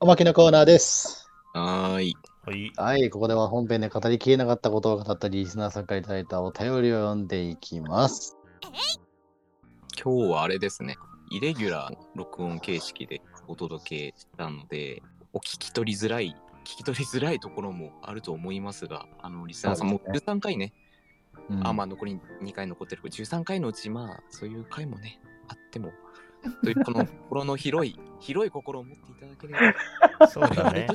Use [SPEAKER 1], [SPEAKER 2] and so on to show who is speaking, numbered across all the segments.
[SPEAKER 1] おまけのコーナーです。
[SPEAKER 2] はーい。
[SPEAKER 3] はい。
[SPEAKER 1] はい、ここでは本編で語りきれなかったことを語ったリスナーさんからいただいたお便りを読んでいきます。
[SPEAKER 2] 今日はあれですね。イレギュラーの録音形式でお届けしたので、お聞き取りづらい、聞き取りづらいところもあると思いますが、あの、リスナーさん
[SPEAKER 1] そう
[SPEAKER 2] も
[SPEAKER 1] ですね
[SPEAKER 2] 13回ね、
[SPEAKER 1] うん
[SPEAKER 2] あ、まあ残り2回残ってるけど、13回のうち、まあそういう回もね、あっても、というこ の心の広い、広い心を持っていただければ。
[SPEAKER 3] そうだね。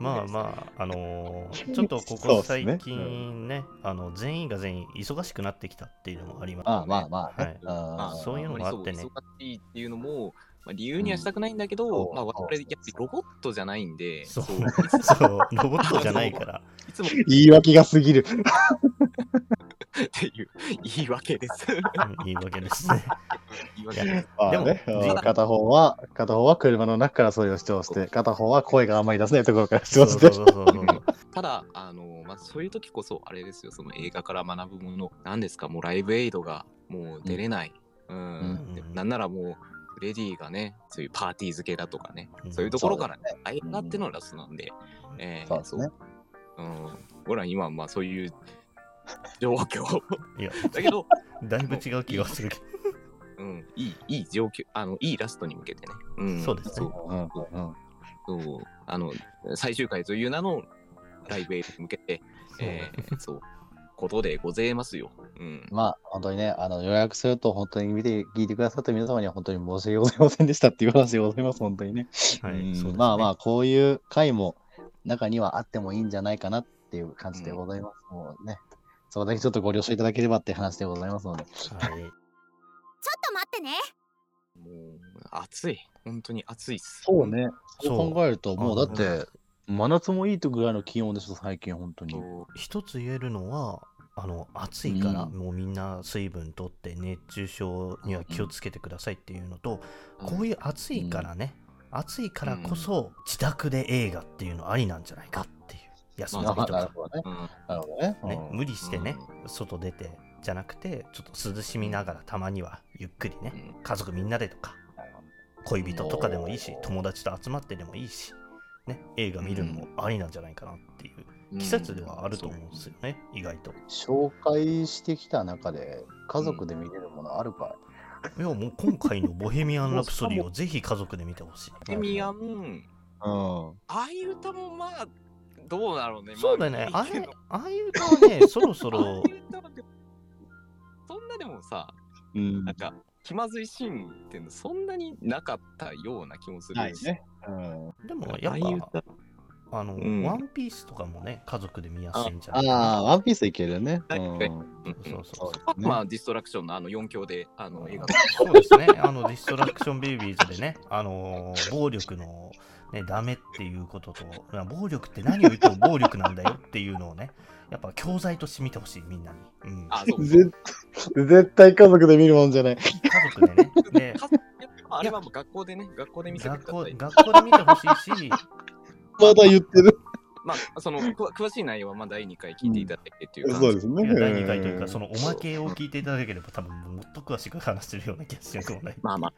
[SPEAKER 3] まあまあ、あのーちょっとこ
[SPEAKER 1] そう
[SPEAKER 3] こ
[SPEAKER 1] っすね
[SPEAKER 3] 最近ね、あの全員が全員忙しくなってきたっていうのもあります。
[SPEAKER 1] まあまあまあ、ね。
[SPEAKER 3] はい
[SPEAKER 1] あー
[SPEAKER 3] そういうのがあってね
[SPEAKER 2] あんまりそう忙しいっていうのも、まあ、理由にはしたくないんだけど、
[SPEAKER 1] うん
[SPEAKER 2] まあ我
[SPEAKER 1] そう
[SPEAKER 2] 々やっぱりロボットじゃないんで、
[SPEAKER 3] そう
[SPEAKER 2] い
[SPEAKER 3] そう、ロボットじゃないから。
[SPEAKER 2] つも
[SPEAKER 1] 言い訳が過ぎる。
[SPEAKER 2] っていう言い訳です。
[SPEAKER 3] うんいいわけですね。
[SPEAKER 2] 言い訳です
[SPEAKER 1] まあ
[SPEAKER 3] でも
[SPEAKER 1] ね、
[SPEAKER 3] じ
[SPEAKER 1] うん片方は、片方は車の中からそれを主張して、片方は声があんまり出せないところから主張
[SPEAKER 3] そう
[SPEAKER 1] し
[SPEAKER 3] そう
[SPEAKER 1] て。
[SPEAKER 3] そうそうそう。
[SPEAKER 2] ただ、あのまあ、そういう時こそ、あれですよ、その映画から学ぶもの、何ですか、もうライブエイドがもう出れない。うん
[SPEAKER 3] うん
[SPEAKER 2] でなんならもう、フレディがね、そういうパーティー付けだとかね、
[SPEAKER 3] うん
[SPEAKER 2] そういうところからね
[SPEAKER 1] そう、
[SPEAKER 2] 相上がってのラストなんで、えー
[SPEAKER 1] そうですね。
[SPEAKER 2] そううん、俺ら今、まあそういう状況。
[SPEAKER 3] いや、
[SPEAKER 2] だけど、
[SPEAKER 3] だいぶ違う気がするけ
[SPEAKER 2] うん、いい、いい状況、あの、いいラストに向けてね。うん、
[SPEAKER 3] そうですね
[SPEAKER 2] そう
[SPEAKER 1] うんうんうん
[SPEAKER 2] そうあの最終回という名のライブへ向けて、
[SPEAKER 3] ど。
[SPEAKER 2] えーそう、ことでございますよ。うん。
[SPEAKER 1] まあ、本当にね、あの予約すると、本当に見て、聞いてくださった皆様には本当に申し訳ございませんでしたっていう話でございます、本当にね。
[SPEAKER 3] は
[SPEAKER 1] う
[SPEAKER 3] い、
[SPEAKER 1] ん
[SPEAKER 3] そうですね
[SPEAKER 1] まあまあ、こういう回も中にはあってもいいんじゃないかなっていう感じでございます。もうね、そこだけちょっとご了承いただければって話でございますので。
[SPEAKER 3] はい。
[SPEAKER 4] ちょっと待ってね
[SPEAKER 2] もう、暑い。本当に暑いっす。
[SPEAKER 1] そう。ね、
[SPEAKER 3] そう
[SPEAKER 1] そう考えると、もうだっ
[SPEAKER 3] あ
[SPEAKER 1] て、真夏もいいとぐらいの気温ですよ、最近、本当に。
[SPEAKER 3] 一つ言えるのはあの暑いから、
[SPEAKER 1] うん
[SPEAKER 3] もうみんな水分とって熱中症には気をつけてくださいっていうのと、
[SPEAKER 2] うん
[SPEAKER 3] こういう暑いからね、暑いからこそ自宅で映画っていうのありなんじゃないかっていう休みの
[SPEAKER 1] あ
[SPEAKER 3] 日と
[SPEAKER 1] なる
[SPEAKER 3] か、
[SPEAKER 1] ほどね。
[SPEAKER 2] うん、
[SPEAKER 1] なるほどね。
[SPEAKER 3] ね
[SPEAKER 1] うん
[SPEAKER 3] 無理してね、外出てじゃなくてちょっと涼しみながらたまにはゆっくりね
[SPEAKER 2] うん
[SPEAKER 3] 家族みんなでとか恋人とかでもいいし
[SPEAKER 1] おー
[SPEAKER 3] 友達と集まってでもいいし、ね、映画見るのもありなんじゃないかなっていう季節ではあると思うんですよね、意外と。
[SPEAKER 1] 紹介してきた中で、家族で見れるものあるか
[SPEAKER 3] いやもう今回の「ボヘミアン・ラプソディ」をぜひ家族で見てほしい。
[SPEAKER 2] そう。エミアン、
[SPEAKER 1] い、うん、
[SPEAKER 2] ああいう歌もまあ、どうだろうね。ま
[SPEAKER 3] そうだね、あ
[SPEAKER 2] いいけ
[SPEAKER 3] れ
[SPEAKER 2] ど、
[SPEAKER 3] ああいう歌は ね、そろそ
[SPEAKER 2] ああ
[SPEAKER 3] ろ、
[SPEAKER 2] いう歌はでもそんなでもさ、
[SPEAKER 1] うん
[SPEAKER 2] なんか、気まずいシーンっていうのそんなになかったような気もする
[SPEAKER 1] ない
[SPEAKER 2] し
[SPEAKER 1] ね。うん、
[SPEAKER 3] でも
[SPEAKER 2] あ
[SPEAKER 3] や
[SPEAKER 2] あ
[SPEAKER 3] っ
[SPEAKER 2] いう
[SPEAKER 3] ぱ
[SPEAKER 2] 歌、
[SPEAKER 3] あの、
[SPEAKER 2] うん
[SPEAKER 3] ワンピースとかもね、家族で見やすいんじゃな
[SPEAKER 1] あ
[SPEAKER 3] いかな
[SPEAKER 1] あ、ワンピースいけるね。う
[SPEAKER 2] はいはい
[SPEAKER 1] ん、
[SPEAKER 2] うん
[SPEAKER 3] そうそ
[SPEAKER 1] で
[SPEAKER 3] うそ
[SPEAKER 1] すね
[SPEAKER 2] まあ、ディストラクションのあの4強で、あの、映画
[SPEAKER 3] う。そうですね、あの、ディストラクション・ベイビーズでね、あのー、暴力の、ね、ダメっていうことと、まあ暴力って何を言っても暴力なんだよっていうのをね、やっぱ教材として見てほしい、みんなに。うん、
[SPEAKER 2] あ、そう。
[SPEAKER 1] 絶 絶対家族で見るもんじゃない。
[SPEAKER 3] 家族でね。で
[SPEAKER 2] かあれはもう学校でね、学校で見せて
[SPEAKER 3] 学
[SPEAKER 2] くだ
[SPEAKER 3] 校
[SPEAKER 2] さい。
[SPEAKER 3] 学校で見てほしいし、
[SPEAKER 1] まだ言ってる。
[SPEAKER 2] まあ、その、くわ詳しい内容はまあ第2回聞いていただけっていう感じ。
[SPEAKER 1] そうですね
[SPEAKER 3] い。や第2回というか、そ
[SPEAKER 1] の。
[SPEAKER 3] のおまけを聞いていただければ、多分もっと詳しく話してるような気がしなくもない。
[SPEAKER 2] まあまあ。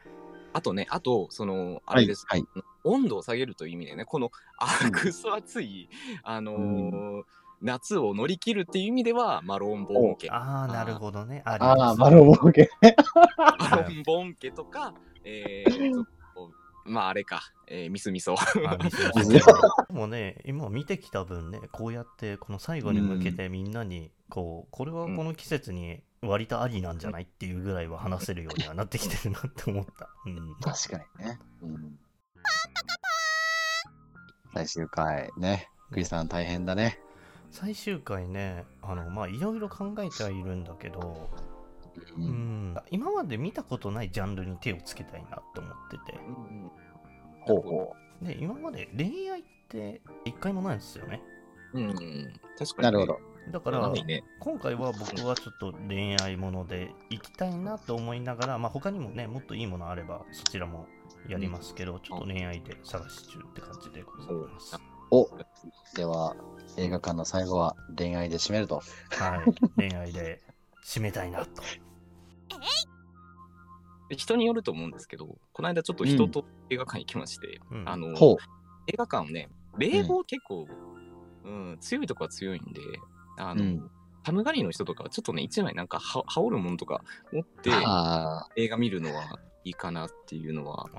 [SPEAKER 2] あとね、あと、その、あ
[SPEAKER 1] は
[SPEAKER 2] れ
[SPEAKER 1] い
[SPEAKER 2] です、。
[SPEAKER 1] はい。
[SPEAKER 2] 温度を下げるという意味でね、この、あ、くそ暑い、あのー夏を乗り切るっていう意味では、マロンボン家。
[SPEAKER 3] ああ、なるほどね。あ
[SPEAKER 1] ああ、マロンボケ。
[SPEAKER 2] マロンボン家とか、えー、ちょっとまあ、あれか、えーミスミソ。
[SPEAKER 3] あ見せま
[SPEAKER 1] 見せ
[SPEAKER 3] すでもね、今見てきた分ね、こうやって、この最後に向けてみんなに、こう、これはこの季節に割とありなんじゃないっていうぐらいは話せるようにはなってきてるなって 思った。うん。
[SPEAKER 1] 確かにね。うん。最終回ね。クリさん大変だね。
[SPEAKER 3] 最終回ね、あの、まあ、いろいろ考えてはいるんだけど、
[SPEAKER 1] う。
[SPEAKER 3] うんん、今まで見たことないジャンルに手をつけたいなと思ってて。
[SPEAKER 1] ほうほ
[SPEAKER 3] で今まで恋愛って一回もないんですよね
[SPEAKER 2] う。うん、うん確
[SPEAKER 1] う。
[SPEAKER 2] かに、
[SPEAKER 1] なるほど。。
[SPEAKER 3] だ
[SPEAKER 2] か
[SPEAKER 3] か
[SPEAKER 2] らら、ね、
[SPEAKER 3] 今回は僕はちょっと恋愛もので行きたいなと思いながら、まあ、他にもねもっといいものあればそちらもやりますけど、ちょっと恋愛で探し中って感じでございます、
[SPEAKER 1] おでは、映画館の最後は恋愛で締めると。
[SPEAKER 3] はい恋愛で締めたいなと
[SPEAKER 2] 人によると思うんですけど、この間ちょっと人と映画館行きまして、
[SPEAKER 3] うん
[SPEAKER 2] あの、
[SPEAKER 1] ほう。
[SPEAKER 2] 映画館をね、冷房結構、うん、強いとこは強いんで、あの、
[SPEAKER 1] うん
[SPEAKER 2] 寒がりの人とかはちょっとね、一枚なんかは羽織るものとか持って
[SPEAKER 1] ああ、
[SPEAKER 2] 映画見るのはいいかなっていうのは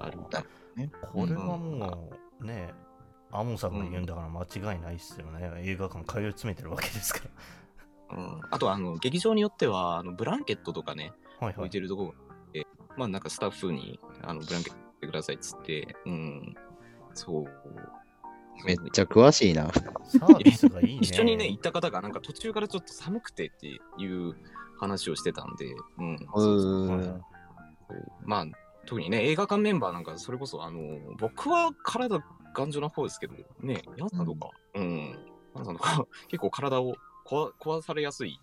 [SPEAKER 2] あ
[SPEAKER 3] あ
[SPEAKER 2] る
[SPEAKER 3] ー
[SPEAKER 2] な。
[SPEAKER 3] これはもうね、アモンさんが言うんだから間違いないっすよね。映画館通い詰めてるわけですから。
[SPEAKER 2] うん、あとあの、劇場によっては、あのブランケットとかね、
[SPEAKER 3] はいは
[SPEAKER 2] 置い
[SPEAKER 3] い。
[SPEAKER 2] てるとこがあって、まあなんかスタッフにあのブランケット置いてくださいっつって、うん、そう。
[SPEAKER 1] めっちゃ詳しいな。
[SPEAKER 3] サービスがいいね。
[SPEAKER 2] 一緒にね、行った方が、なんか途中からちょっと寒くてっていう話をしてたんで、うん。
[SPEAKER 1] う
[SPEAKER 3] はい
[SPEAKER 1] ん。
[SPEAKER 3] は
[SPEAKER 2] まあ、特にね、映画館メンバーなんか、それこそ、あの、僕は体頑丈な方ですけど、ね、ヤンさんとか、うん、ヤンさんとか、 結構体を壊壊されやすい、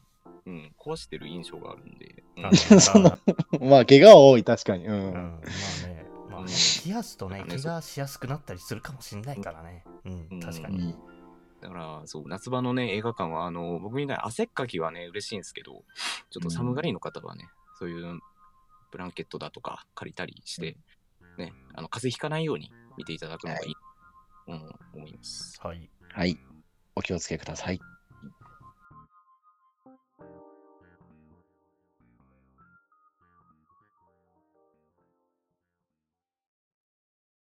[SPEAKER 2] うん、壊してる印象があるんで、うん
[SPEAKER 3] いあの
[SPEAKER 1] そんなまあ、怪我は多い、確かに。う
[SPEAKER 3] うん、
[SPEAKER 1] ん。
[SPEAKER 3] まあね、まあ
[SPEAKER 2] うん
[SPEAKER 3] ね、冷やすとね
[SPEAKER 2] なん、か
[SPEAKER 3] 怪
[SPEAKER 2] ね
[SPEAKER 3] 我しやすくなったりするかもしれないからね。うん、確か
[SPEAKER 1] う
[SPEAKER 3] に。
[SPEAKER 1] ん
[SPEAKER 2] だから、そう、夏場のね、映画館は、あの、僕みたいに汗っかきはね、嬉しいんですけど、ちょっと寒がりの方はね、そういうブランケットだとか借りたりして、ね、あの、風邪ひかないように見ていただくのがいい、うん、思います。
[SPEAKER 3] はい。
[SPEAKER 1] はい。お気をつけください。